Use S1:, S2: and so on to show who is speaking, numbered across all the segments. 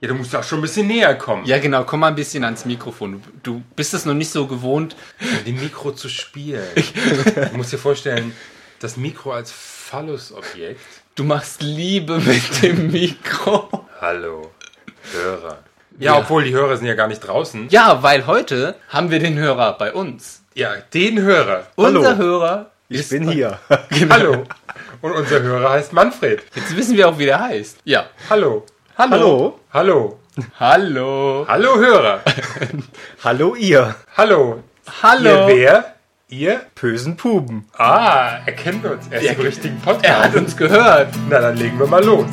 S1: Ja, du musst auch schon ein bisschen näher kommen.
S2: Ja, genau, komm mal ein bisschen ans Mikrofon. Du, du bist es noch nicht so gewohnt.
S1: Mit dem Mikro zu spielen. Du musst dir vorstellen, das Mikro als Phallusobjekt.
S2: Du machst Liebe mit dem Mikro.
S1: Hallo, Hörer. Ja, obwohl die Hörer sind ja gar nicht draußen.
S2: Ja, weil heute haben wir den Hörer bei uns.
S1: Ja, den Hörer.
S3: Hallo.
S2: Unser Hörer.
S3: Ich bin hier.
S1: Hallo. Und unser Hörer heißt Manfred.
S2: Jetzt wissen wir auch, wie der heißt. Ja.
S1: Hallo.
S3: Hallo.
S1: Hallo.
S2: Hallo.
S1: Hallo, Hörer.
S3: Hallo ihr.
S1: Hallo. Ihr
S2: Hallo.
S1: wer? Ihr?
S3: Bösen Puben.
S1: Ah, er kennt uns. Er ist im richtigen
S2: Er hat
S1: Podcast.
S2: uns gehört.
S1: Na, dann legen wir mal los.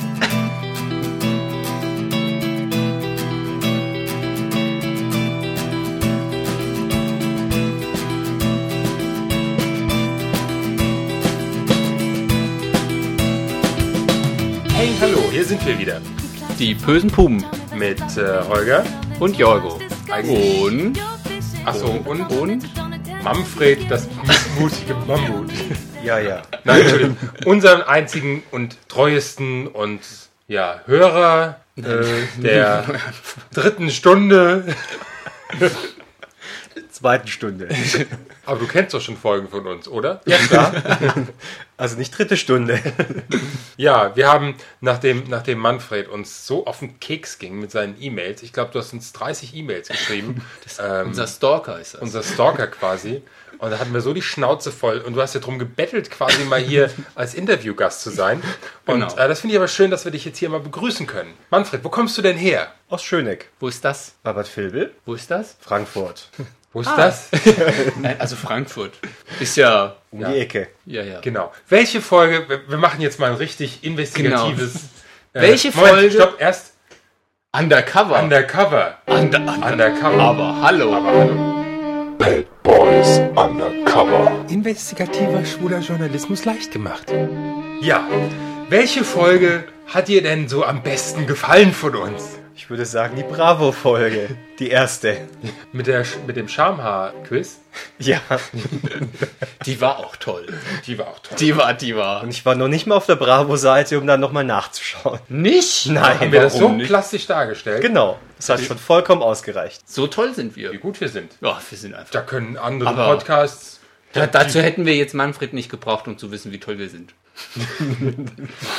S1: Hey, hallo, hier sind wir wieder.
S2: Die bösen Puben.
S1: Mit äh, Holger.
S2: Und Jorgo. Und
S1: Achso, und,
S2: und?
S1: Manfred, das missmutige Mammut.
S3: Ja, ja.
S1: Nein, Entschuldigung. Unseren einzigen und treuesten und ja, Hörer äh, der dritten Stunde.
S3: Zweiten Stunde.
S1: Aber du kennst doch schon Folgen von uns, oder?
S2: ja, klar.
S3: Also nicht dritte Stunde.
S1: Ja, wir haben, nachdem, nachdem Manfred uns so auf den Keks ging mit seinen E-Mails, ich glaube, du hast uns 30 E-Mails geschrieben. ähm,
S2: Unser Stalker ist das.
S1: unser Stalker quasi. Und da hatten wir so die Schnauze voll. Und du hast ja drum gebettelt, quasi mal hier als Interviewgast zu sein. Und
S2: Genau.
S1: äh, das finde ich aber schön, dass wir dich jetzt hier mal begrüßen können. Manfred, wo kommst du denn her?
S3: Aus Schöneck.
S2: Wo ist das?
S3: Bad Vilbel.
S2: Wo ist das?
S3: Frankfurt.
S1: Wo ist das?
S2: Nein, also Frankfurt. Ist ja.
S3: Um die Ecke.
S2: Ja, ja.
S1: Genau. Welche Folge? wir- Wir machen jetzt mal ein richtig investigatives. äh,
S2: Genau. Welche
S1: Moment,
S2: Folge-
S1: Stopp, erst
S2: Undercover.
S1: Undercover.
S2: Under-
S1: Undercover.
S2: aber hallo. Aber hallo.
S1: Bad Boys Undercover. Investigativer schwuler Journalismus leicht gemacht. Ja. Welche Folge hat dir denn so am besten gefallen von uns?
S3: Ich würde sagen, die Bravo-Folge. Die erste.
S1: Mit, der, Sch- mit dem Schamhaar-Quiz?
S3: Ja.
S2: Die war auch toll.
S1: Die war auch toll.
S2: Die war, die war.
S3: Und ich war noch nicht mal auf der Bravo-Seite, um dann nochmal nachzuschauen.
S2: Hm? Nicht?
S3: Nein,
S1: Haben wir das so
S2: warum nicht?
S1: plastisch dargestellt?
S3: Genau. Das hat schon vollkommen ausgereicht.
S2: So toll sind wir.
S1: Wie gut wir sind.
S2: Ja, wir sind einfach.
S1: Da können andere
S2: Aber-
S1: Podcasts.
S2: Da, dazu hätten wir jetzt Manfred nicht gebraucht, um zu wissen, wie toll wir sind.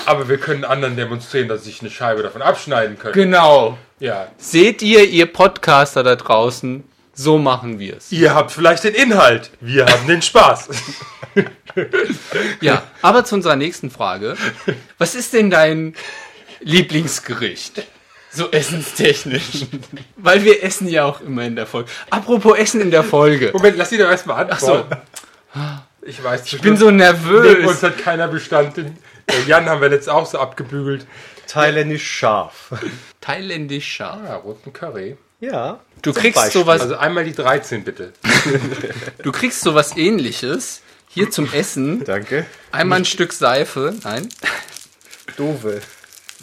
S1: Aber wir können anderen demonstrieren, dass sie sich eine Scheibe davon abschneiden können.
S2: Genau.
S1: ja.
S2: Seht ihr, ihr Podcaster da draußen, so machen wir es.
S1: Ihr habt vielleicht den Inhalt. Wir haben den Spaß.
S2: Ja, aber zu unserer nächsten Frage. Was ist denn dein Lieblingsgericht? So essenstechnisch. Weil wir essen ja auch immer in der Folge. Apropos Essen in der Folge.
S1: Moment, lass sie doch erstmal antworten.
S2: so.
S1: Ich weiß, ich
S2: Ich bin so
S1: neben uns
S2: nervös.
S1: hat keiner Bestand. Den äh, Jan haben wir letztens auch so abgebügelt.
S3: Thailändisch scharf.
S2: Thailändisch scharf.
S1: Ja, roten Curry.
S3: Ja.
S2: Du
S3: Zum
S2: kriegst
S3: Beispiel.
S2: sowas,
S1: Also einmal die 13 bitte.
S2: du kriegst sowas ähnliches hier zum Essen.
S3: Danke.
S2: Einmal ein Stück Seife. Nein.
S3: Dove.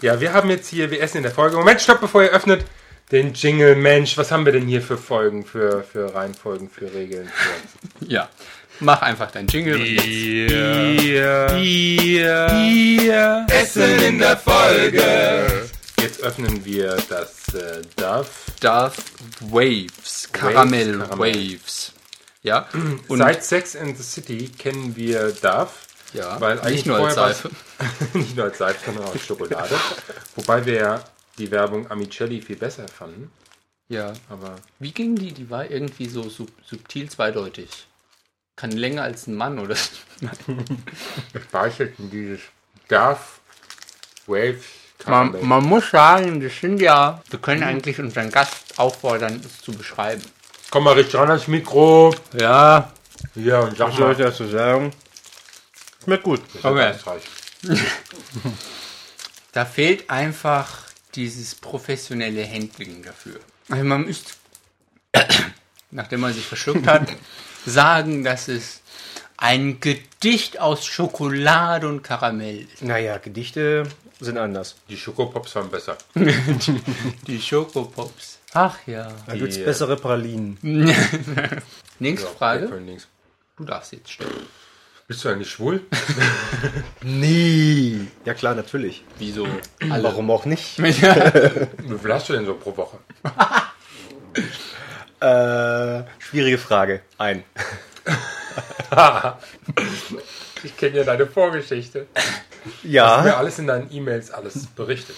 S1: Ja, wir haben jetzt hier, wir essen in der Folge. Moment, stopp, bevor ihr öffnet. Den Jingle, Mensch, was haben wir denn hier für Folgen, für, für Reihenfolgen, für Regeln? Für
S2: Ja. Mach einfach dein Jingle. und jetzt-
S1: Essen in der Folge. Jetzt öffnen wir das äh, Duff.
S2: Darth Waves. Karamell Waves.
S1: Karamell.
S2: Ja. Und
S1: Seit Sex and the City kennen wir Duff.
S2: ja,
S1: weil eigentlich
S2: nicht nur als
S1: vorher war's-
S2: Seife.
S1: nicht nur als Seife, sondern auch als Schokolade. Wobei wir ja die Werbung Amicelli viel besser fanden.
S2: Ja.
S1: Aber
S2: Wie ging die? Die war irgendwie so sub subtil zweideutig. Kann länger als ein Mann oder so.
S1: speichelten dieses Duff Waves.
S2: man,
S1: Karamell.
S2: man muss sagen, wir sind ja, wir können eigentlich unseren Gast auffordern, es zu beschreiben.
S1: Komm mal richtig ran ans Mikro.
S2: Ja,
S1: Ja, und sag
S3: Was soll
S1: mal.
S3: ich dazu sagen? Schmeckt gut.
S2: okay.
S1: Das reicht.
S2: Da fehlt einfach dieses professionelle Handling dafür. Also man müsste, nachdem man sich verschluckt hat, sagen, dass es ein Gedicht aus Schokolade und Karamell ist.
S3: Naja, Gedichte sind anders.
S1: Die Schokopops waren besser.
S2: Die Schokopops. Ach ja.
S3: Da gibt's
S1: Ja.
S3: bessere Pralinen.
S2: Nächste
S1: Ja, wir
S2: Frage.
S1: können links.
S2: Du darfst jetzt stellen.
S1: Bist du eigentlich schwul?
S3: Nee. Ja klar, natürlich.
S2: Wieso?
S3: Warum auch nicht?
S1: Wie viel hast du denn so pro Woche?
S3: Äh, schwierige Frage. Ein.
S1: Ich kenne ja deine Vorgeschichte. Hast du mir
S3: Ja.
S1: alles in deinen E-Mails alles berichtet.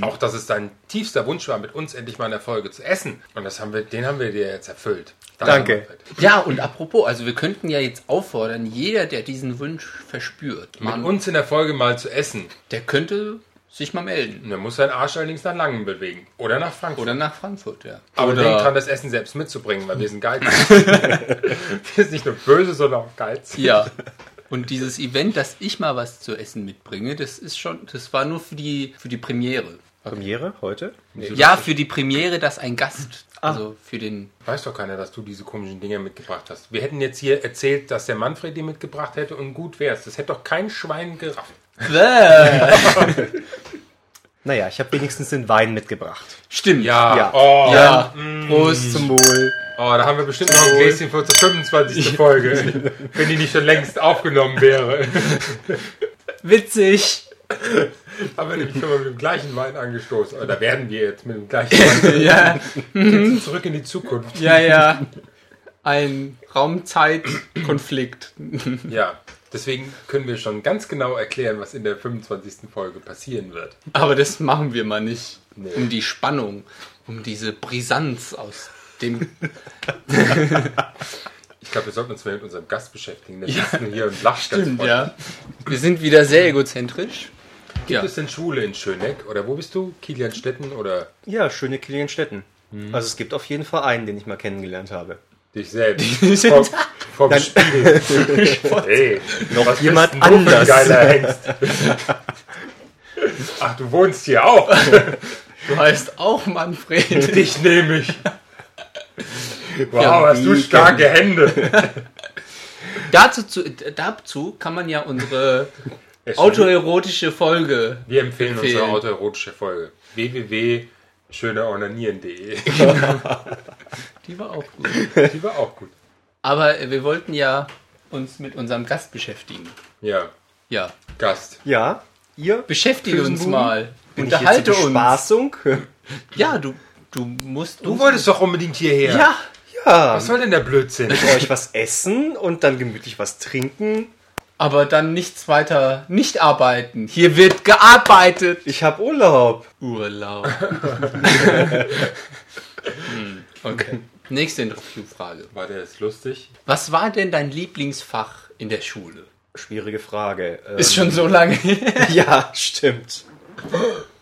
S1: Auch, dass es dein tiefster Wunsch war, mit uns endlich mal in der Folge zu essen. Und das haben wir, den haben wir dir jetzt erfüllt.
S3: Danke.
S1: Manfred.
S2: Ja, und apropos, also wir könnten ja jetzt auffordern, jeder, der diesen Wunsch verspürt,
S1: Mit
S2: man,
S1: uns in der Folge mal zu essen.
S2: der könnte sich mal melden.
S1: Und dann muss dein Arsch allerdings nach Langen bewegen. Oder nach Frankfurt.
S2: Oder nach Frankfurt, ja.
S1: Aber
S2: Oder
S1: denk dran, das Essen selbst mitzubringen, weil wir sind geizig. wir sind nicht nur böse, sondern auch geizig.
S2: Ja. Und dieses Event, dass ich mal was zu essen mitbringe, das ist schon, das war nur für die, für die Premiere.
S3: Premiere heute?
S2: Ja, für die Premiere, dass ein Gast, also für den,
S1: Weiß doch keiner, dass du diese komischen Dinger mitgebracht hast. Wir hätten jetzt hier erzählt, dass der Manfred die mitgebracht hätte und gut wär's. Das hätte doch kein Schwein gerafft.
S3: Naja, ich habe wenigstens den Wein mitgebracht.
S2: stimmt.
S1: Ja,
S3: Ja.
S1: Oh,
S2: Ja. Prost zum
S3: Wohl.
S1: oh, da haben wir bestimmt noch ein Gläschen für unsere 25. Folge, wenn die nicht schon längst aufgenommen wäre.
S2: Witzig.
S1: Haben wir nämlich schon mal mit dem gleichen Wein angestoßen. Oder werden wir jetzt mit dem gleichen Wein
S2: Ja,
S1: Jetzt zurück in die Zukunft?
S2: ja, ja. Ein Raumzeitkonflikt.
S1: Ja, deswegen können wir schon ganz genau erklären, was in der 25. Folge passieren wird.
S2: Aber das machen wir mal nicht.
S1: Nee.
S2: Um die Spannung, um diese Brisanz aus dem.
S1: Ich glaube, wir sollten uns mehr mit unserem Gast beschäftigen. Der sitzt nur hier und lacht ganz freundlich.
S2: Wir sind wieder sehr egozentrisch. Ja.
S1: Gibt es denn Schwule in Schöneck? Oder wo bist du? Kilianstetten oder
S3: Ja, schöne Kilienstätten. Also es gibt auf jeden Fall einen, den ich mal kennengelernt habe.
S1: dich selbst? Vom, vom Spiegel. hey, noch was
S3: jemand
S1: bist denn du für ein
S3: anders.
S1: Geiler Hengst? Ach, du wohnst hier auch.
S2: Du heißt auch Manfred.
S1: Dich nehme ich. Wow,
S2: Ja,
S1: hast du
S3: wie
S1: starke Hände.
S2: Dazu, zu, dazu kann man ja unsere autoerotische Folge.
S1: Wir empfehlen, unsere
S2: Empfehlen.
S1: autoerotische Folge. www.schöneronanieren.de
S2: Die war auch gut.
S1: Die war auch gut.
S2: Aber äh, wir wollten ja uns mit unserem Gast beschäftigen.
S1: Ja,
S2: Ja.
S1: Gast.
S3: Ja, ihr?
S2: Beschäftige uns
S3: Füßenbuben?
S2: mal.
S3: Bin ich hier
S2: Unterhalte
S3: zur
S2: uns.
S3: Bespaßung?
S2: Ja, du, du musst
S1: Du
S2: uns-
S1: wolltest doch unbedingt hierher.
S2: Ja.
S3: Ja,
S1: Was soll denn der Blödsinn?
S3: euch was essen und dann gemütlich was trinken.
S2: Aber dann nichts weiter, nicht arbeiten. Hier wird gearbeitet.
S3: Ich habe Urlaub.
S2: Urlaub. Hm, okay. Nächste Interviewfrage.
S1: War der jetzt lustig?
S2: Was war denn dein Lieblingsfach in der Schule?
S3: Schwierige Frage. Ähm,
S2: Ist schon so lange her.
S3: Ja, stimmt.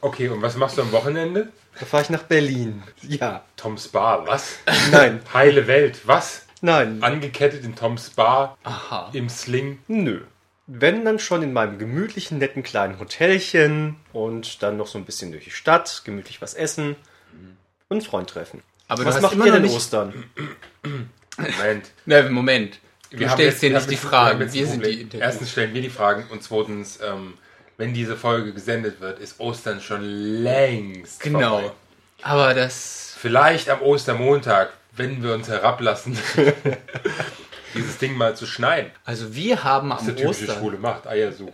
S1: Okay, und was machst du am Wochenende?
S3: Da fahre ich nach Berlin. Ja.
S1: Tom's Bar, was?
S3: Nein,
S1: Heile Welt, was?
S3: nein.
S1: Angekettet in Tom's Bar,
S2: Aha.
S1: im Sling.
S3: Nö. Wenn dann schon in meinem gemütlichen, netten kleinen Hotelchen und dann noch so ein bisschen durch die Stadt, gemütlich was essen und einen Freund treffen.
S2: Mhm. Aber du
S3: was
S2: hast
S3: macht
S2: immer
S3: ihr
S2: noch
S3: denn
S2: nicht-
S3: Ostern?
S1: Moment.
S2: Na, Moment. Du
S1: Wir haben jetzt-
S2: stellst dir
S1: wir
S2: nicht
S1: haben
S2: die
S1: jetzt- wir haben
S2: Fragen.
S1: jetzt ein
S2: Wir sind
S1: Problem.
S2: die Interview.
S1: Erstens stellen wir die Fragen und zweitens, ähm, wenn diese Folge gesendet wird, ist Ostern schon längst vorbei.
S2: Genau. Aber das.
S1: Vielleicht am Ostermontag, wenn wir uns herablassen, dieses Ding mal zu schneiden.
S2: Also wir haben
S1: Das
S2: am
S1: ist eine typische
S2: Ostern.
S1: Schwule Macht, Eier suchen.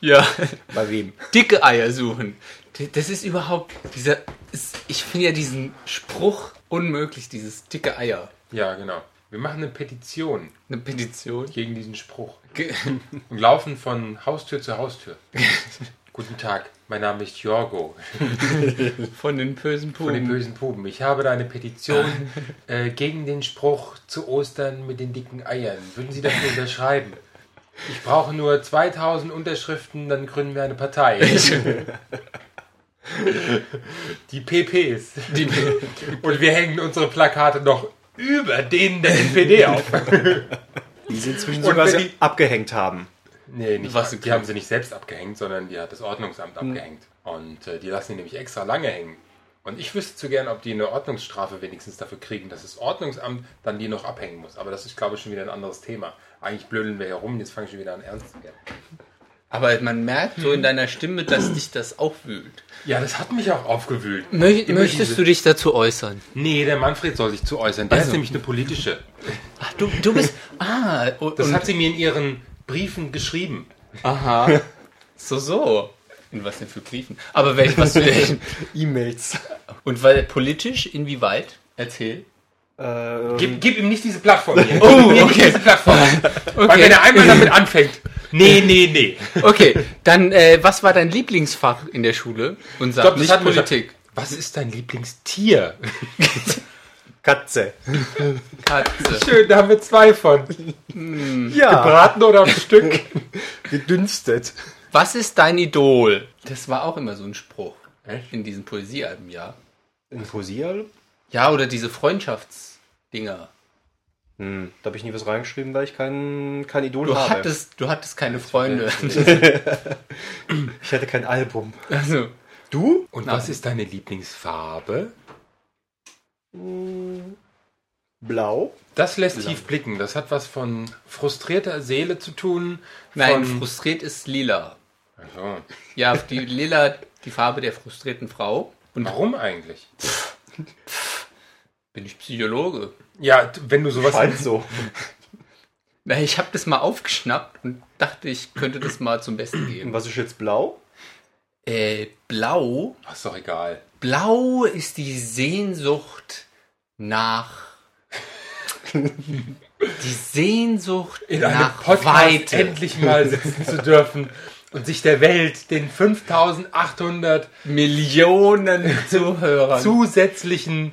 S2: Ja.
S3: Bei wem?
S2: Dicke Eier suchen. D- Das ist überhaupt dieser. ist- Ich finde ja diesen Spruch unmöglich, dieses dicke Eier.
S1: Ja, genau. Wir machen eine Petition
S2: Eine Petition.
S1: gegen diesen Spruch und laufen von Haustür zu Haustür. Guten Tag, mein Name ist Jorgo
S2: Von den bösen
S1: von den
S2: Puben.
S1: bösen Puben. Ich habe da eine Petition äh, gegen den Spruch zu Ostern mit den dicken Eiern. Würden Sie das unterschreiben? Ich brauche nur 2000 Unterschriften, dann gründen wir eine Partei. Die PPs.
S2: Die,
S1: Und wir hängen unsere Plakate noch über denen der NPD auf.
S3: Die sie inzwischen
S1: Und
S3: sogar
S1: wenn
S3: so
S1: die-
S3: abgehängt haben.
S1: Nee, nicht Hm.
S2: Was
S1: ab- die
S2: geklärt.
S1: haben sie nicht selbst abgehängt, sondern die hat das Ordnungsamt abgehängt. Und äh, die lassen die nämlich extra lange hängen. Und ich wüsste zu gern, ob die eine Ordnungsstrafe wenigstens dafür kriegen, dass das Ordnungsamt dann die noch abhängen muss. Aber das ist, glaube ich, schon wieder ein anderes Thema. Eigentlich blödeln wir herum, jetzt fange ich schon wieder an ernst zu werden.
S2: Aber man merkt
S1: Hm.
S2: so in deiner Stimme, dass dich das auch wühlt.
S1: Ja, das hat mich auch aufgewühlt.
S4: Möcht,
S1: Immer
S4: möchtest
S1: diese-
S4: du dich dazu äußern?
S1: Hm. Nee, der Manfred soll sich zu äußern. Der
S2: Also.
S1: ist nämlich eine politische.
S2: Ach, du, du bist. Ah, und,
S1: Das
S2: und
S1: hat sie mir in ihren Briefen geschrieben.
S2: aha. So, so. In was denn für Briefen? Aber welch, was für.
S3: E-Mails.
S2: Und weil politisch, inwieweit? Erzähl.
S3: Äh,
S1: Gib, gib ihm nicht diese Plattform hier.
S2: Oh,
S1: Gib ihm nicht
S2: okay.
S1: diese Plattform. Weil
S2: Okay.
S1: wenn er einmal damit anfängt. Nee, nee, nee.
S2: Okay, dann, äh, was war dein Lieblingsfach in der Schule? Und sag
S1: Stopp, das
S2: nicht
S1: hatten wir schon.
S2: Politik.
S1: Was ist dein Lieblingstier?
S3: Katze.
S2: Katze.
S1: Schön, da haben wir zwei von.
S3: Ja,
S1: Braten oder am Stück?
S3: gedünstet.
S2: Was ist dein Idol? Das war auch immer so ein Spruch. In diesen Poesiealben, ja.
S3: In Poesiealbum?
S2: Ja, oder diese Freundschaftsdinger.
S3: Hm, da habe ich nie was reingeschrieben, weil ich kein, kein Idol
S2: Du
S3: habe.
S2: hattest, du hattest keine Freunde.
S3: Ich hatte kein Album.
S2: Also,
S3: Du?
S1: Und
S2: Nein.
S1: was ist deine Lieblingsfarbe?
S3: Blau?
S1: Das lässt tief blicken. Das hat was von frustrierter Seele zu tun.
S2: nein,
S1: von,
S2: frustriert ist lila.
S1: Achso.
S2: Ja, die lila, die Farbe der frustrierten Frau. Und
S1: Warum eigentlich?
S2: bin ich Psychologe.
S1: Ja, t- wenn du sowas.
S3: Scheint so.
S2: Na, ich habe das mal aufgeschnappt und dachte, ich könnte das mal zum Besten
S3: Und
S2: geben.
S3: was ist jetzt blau?
S2: Äh, blau
S1: Ach, ist doch egal.
S2: Blau ist die Sehnsucht nach. die Sehnsucht
S1: In einem
S2: nach
S1: Podcast
S2: Weite.
S1: endlich mal sitzen zu dürfen und sich der Welt, den 5800
S2: Millionen Zuhörer.
S1: zusätzlichen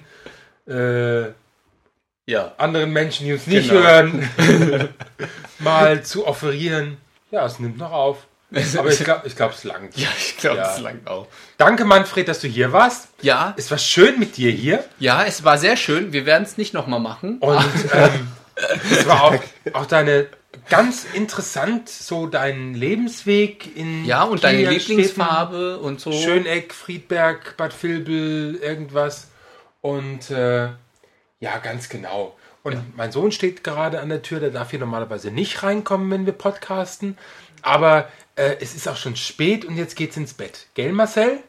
S1: äh,
S2: ja.
S1: anderen Menschen, die uns nicht
S2: Genau.
S1: hören, mal zu offerieren. Ja, es nimmt noch auf. Aber ich glaube, ich glaub, es langt.
S2: ja, ich glaube,
S1: Ja.
S2: das langt auch.
S1: Danke, Manfred, dass du hier warst.
S2: Ja,
S1: Es war schön mit dir hier.
S2: ja, es war sehr schön. Wir werden es nicht nochmal machen.
S1: Und ähm, es war auch, auch deine ganz interessant, so dein Lebensweg in.
S2: Ja, und deine
S1: Kiel,
S2: Lieblingsfarbe und so.
S1: Städten, Schöneck, Friedberg, Bad Vilbel, irgendwas. Und äh, ja, ganz genau. Und mein Sohn steht gerade an der Tür, der darf hier normalerweise nicht reinkommen, wenn wir podcasten. Aber äh, es ist auch schon spät und jetzt geht's ins Bett. Gell, Marcel?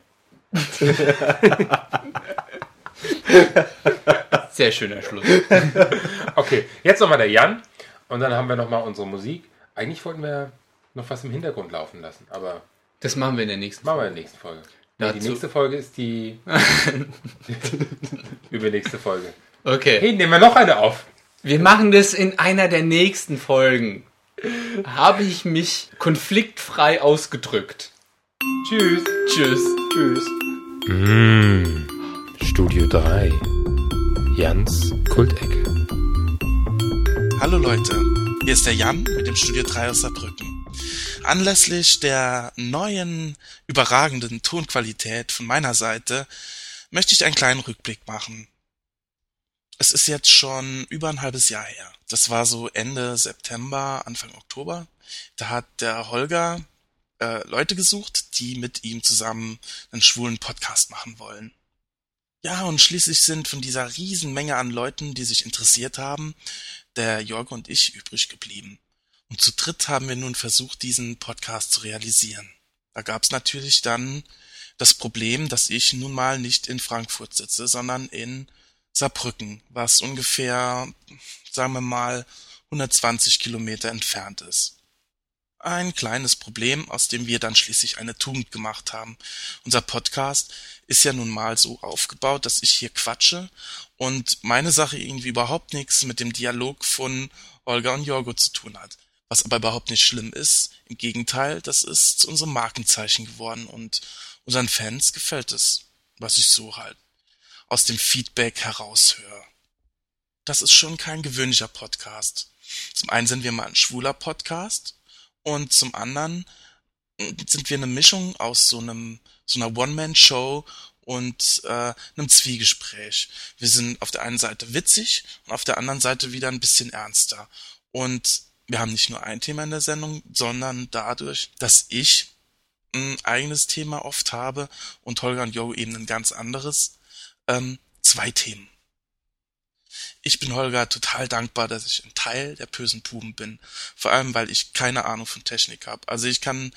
S2: Sehr schöner Schluss.
S1: Okay, jetzt nochmal der Jan und dann haben wir nochmal unsere Musik. Eigentlich wollten wir noch was im Hintergrund laufen lassen, aber
S2: Das machen wir in der nächsten
S1: machen wir in der nächsten Folge. Nee, die
S2: Dazu-
S1: nächste Folge ist die übernächste Folge.
S2: Okay.
S1: Hey, nehmen wir noch eine auf.
S2: Wir machen das in einer der nächsten Folgen. Habe ich mich konfliktfrei ausgedrückt.
S1: Tschüss.
S2: Tschüss.
S3: Tschüss.
S1: Mmh. Studio 3. Jans Kultecke.
S5: Hallo Leute, hier ist der Jan mit dem Studio 3 aus Saarbrücken. Anlässlich der neuen, überragenden Tonqualität von meiner Seite möchte ich einen kleinen Rückblick machen. Es ist jetzt schon über ein halbes Jahr her. Das war so Ende September, Anfang Oktober. Da hat der Holger äh, Leute gesucht, die mit ihm zusammen einen schwulen Podcast machen wollen. Ja, und schließlich sind von dieser Riesenmenge an Leuten, die sich interessiert haben, der Jörg und ich übrig geblieben. Und zu dritt haben wir nun versucht, diesen Podcast zu realisieren. Da gab's natürlich dann das Problem, dass ich nun mal nicht in Frankfurt sitze, sondern in Saarbrücken, was ungefähr, sagen wir mal, 120 Kilometer entfernt ist. Ein kleines Problem, aus dem wir dann schließlich eine Tugend gemacht haben. Unser Podcast ist ja nun mal so aufgebaut, dass ich hier quatsche und meine Sache irgendwie überhaupt nichts mit dem Dialog von Olga und Jorgo zu tun hat. Was aber überhaupt nicht schlimm ist. Im Gegenteil, das ist zu unserem Markenzeichen geworden und unseren Fans gefällt es, was ich so halt aus dem Feedback heraushöre. Das ist schon kein gewöhnlicher Podcast. Zum einen sind wir mal ein schwuler Podcast und zum anderen äh, sind wir eine Mischung aus so einem so einer One-Man-Show und äh, einem Zwiegespräch. Wir sind auf der einen Seite witzig und auf der anderen Seite wieder ein bisschen ernster. Und wir haben nicht nur ein Thema in der Sendung, sondern dadurch, dass ich ein eigenes Thema oft habe und Holger und Jo eben ein ganz anderes, ähm, zwei Themen. Ich bin Holger total dankbar, dass ich ein Teil der bösen Buben bin. Vor allem, weil ich keine Ahnung von Technik habe. Also ich kann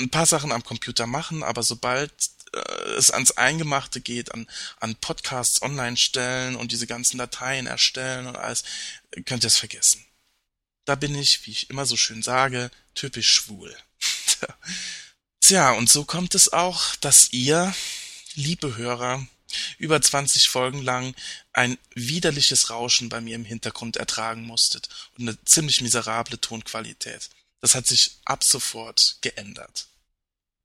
S5: ein paar Sachen am Computer machen, aber sobald äh, es ans Eingemachte geht, an, an Podcasts online stellen und diese ganzen Dateien erstellen und alles, könnt ihr es vergessen. Da bin ich, wie ich immer so schön sage, typisch schwul. Tja, und so kommt es auch, dass ihr, liebe Hörer, über 20 Folgen lang ein widerliches Rauschen bei mir im Hintergrund ertragen musstet und eine ziemlich miserable Tonqualität. Das hat sich ab sofort geändert.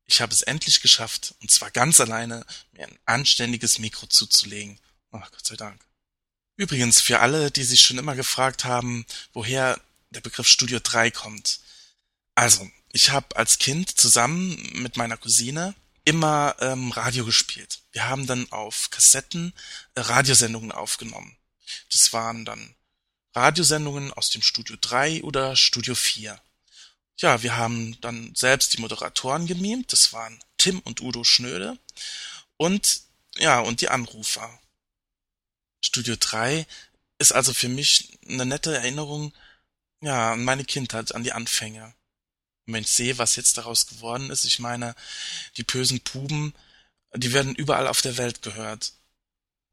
S5: Ich habe es endlich geschafft, und zwar ganz alleine, mir ein anständiges Mikro zuzulegen. Ach, Gott sei Dank. Übrigens, für alle, die sich schon immer gefragt haben, woher der Begriff Studio 3 kommt. Also, ich habe als Kind zusammen mit meiner Cousine immer ähm, Radio gespielt. Wir haben dann auf Kassetten äh, Radiosendungen aufgenommen. Das waren dann Radiosendungen aus dem Studio 3 oder Studio 4. Ja, wir haben dann selbst die Moderatoren gemimt. Das waren Tim und Udo Schnöde und ja, und die Anrufer. Studio 3 ist also für mich eine nette Erinnerung ja, an meine Kindheit, an die Anfänge. Und wenn ich sehe, was jetzt daraus geworden ist, ich meine, die bösen Puben, die werden überall auf der Welt gehört.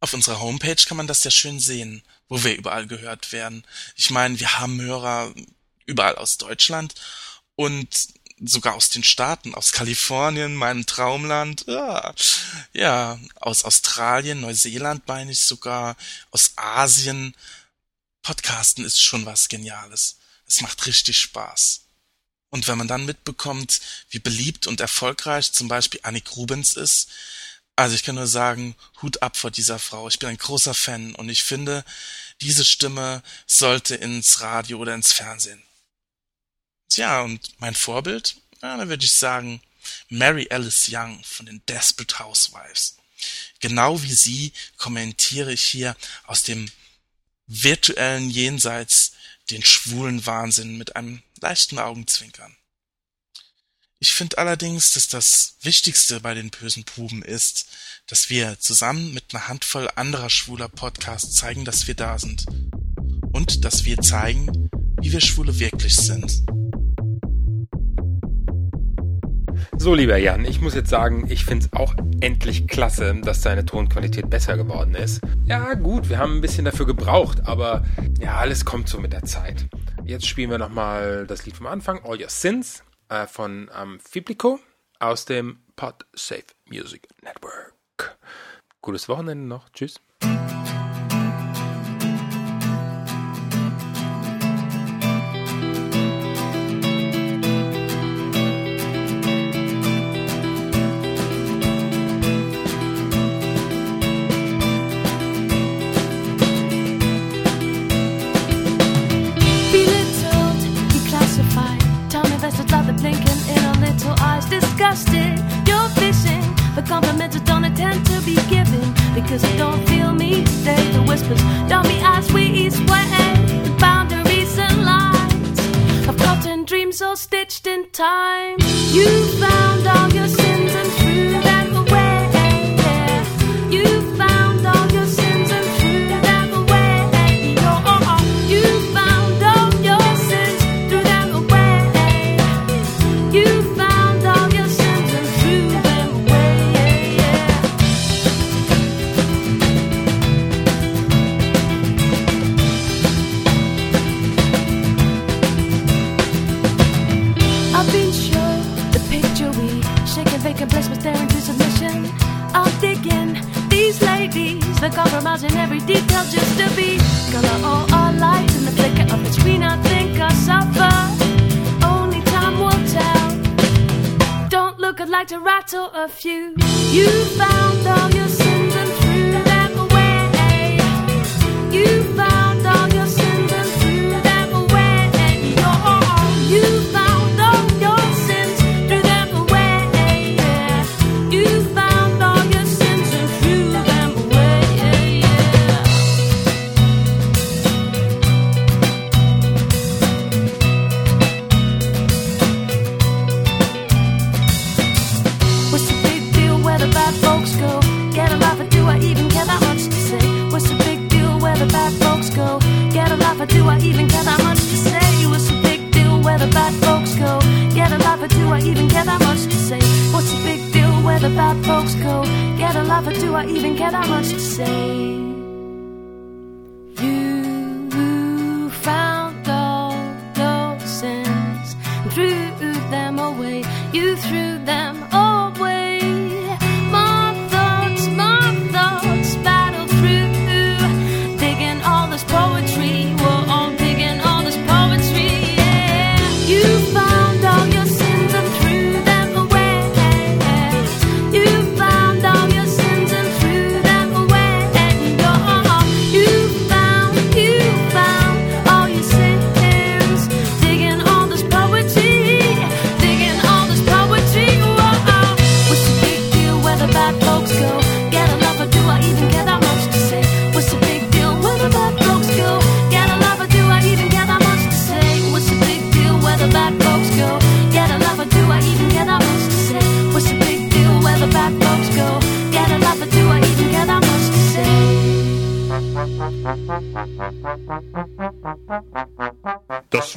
S5: Auf unserer Homepage kann man das ja schön sehen, wo wir überall gehört werden. Ich meine, wir haben Hörer überall aus Deutschland und sogar aus den Staaten, aus Kalifornien, meinem Traumland, ja, ja aus Australien, Neuseeland meine ich sogar, aus Asien. Podcasten ist schon was Geniales. Es macht richtig Spaß. Und wenn man dann mitbekommt, wie beliebt und erfolgreich zum Beispiel Annik Rubens ist, also ich kann nur sagen, Hut ab vor dieser Frau. Ich bin ein großer Fan und ich finde, diese Stimme sollte ins Radio oder ins Fernsehen. Tja, und mein Vorbild? Ja, da würde ich sagen, Mary Alice Young von den Desperate Housewives. Genau wie sie kommentiere ich hier aus dem virtuellen Jenseits den schwulen Wahnsinn mit einem leichten Augenzwinkern. Ich finde allerdings, dass das Wichtigste bei den bösen Buben ist, dass wir zusammen mit einer Handvoll anderer schwuler Podcasts zeigen, dass wir da sind. Und dass wir zeigen, wie wir Schwule wirklich sind.
S1: So, lieber Jan, ich muss jetzt sagen, ich finde es auch endlich klasse, dass deine Tonqualität besser geworden ist. Ja, gut, wir haben ein bisschen dafür gebraucht, aber ja, alles kommt so mit der Zeit. Jetzt spielen wir nochmal das Lied vom Anfang, All Your Sins, äh, von Amfiblico ähm, aus dem PodSafe Music Network. Gutes Wochenende noch. Tschüss.
S4: disgusted. You're fishing for compliments that don't intend to be given because you don't feel me. There's the whispers, don't be as we sweating the boundaries and lines of cotton dreams all stitched in time. You found all your sins and threw them away. You found all your sins and threw them away. Oh, oh, oh. You found all your sins, threw them away. You found all your sins and threw them away. I've been sure the picture we shaking vacant place was there into submission. I'm digging these ladies, they're compromising every detail just to be color all our lights in the flicker of the screen. I think I suffer. Only time will tell. Don't look, I'd like to rattle a few. You found all your sins and threw them away. You found all your sins and threw them away. You found all your sins, threw them away. You found all your sins and threw them away. What's the big deal where the bad folks go? Get a life, or do I even care that much to say? What's the big deal where the the bad folks go. Get a life or do I even care that much to say? What's the big deal where the bad folks go? Get a life or do I even care that much to say? What's the big deal where the bad folks go? Get a life or do I even care that much to say? You found all those sins, threw them away. You threw them away. My thoughts, my thoughts battled through, digging all this poetry. We're all digging all this poetry. Yeah. You found all your sins and threw them away. You found all your sins and threw them away. You found, you found all your sins, digging all this poetry, digging all this poetry. What's the big deal where the bad folks go? Get a lover, do I even care that much to say? What's the big deal where the bad folks go? Get a lover, do I even care that much to say? What's the big deal where the bad folks go? Get a lover, do I even care that much to say? What's the big deal where the bad folks go? Get a lover, do I even care that much to say?
S6: Das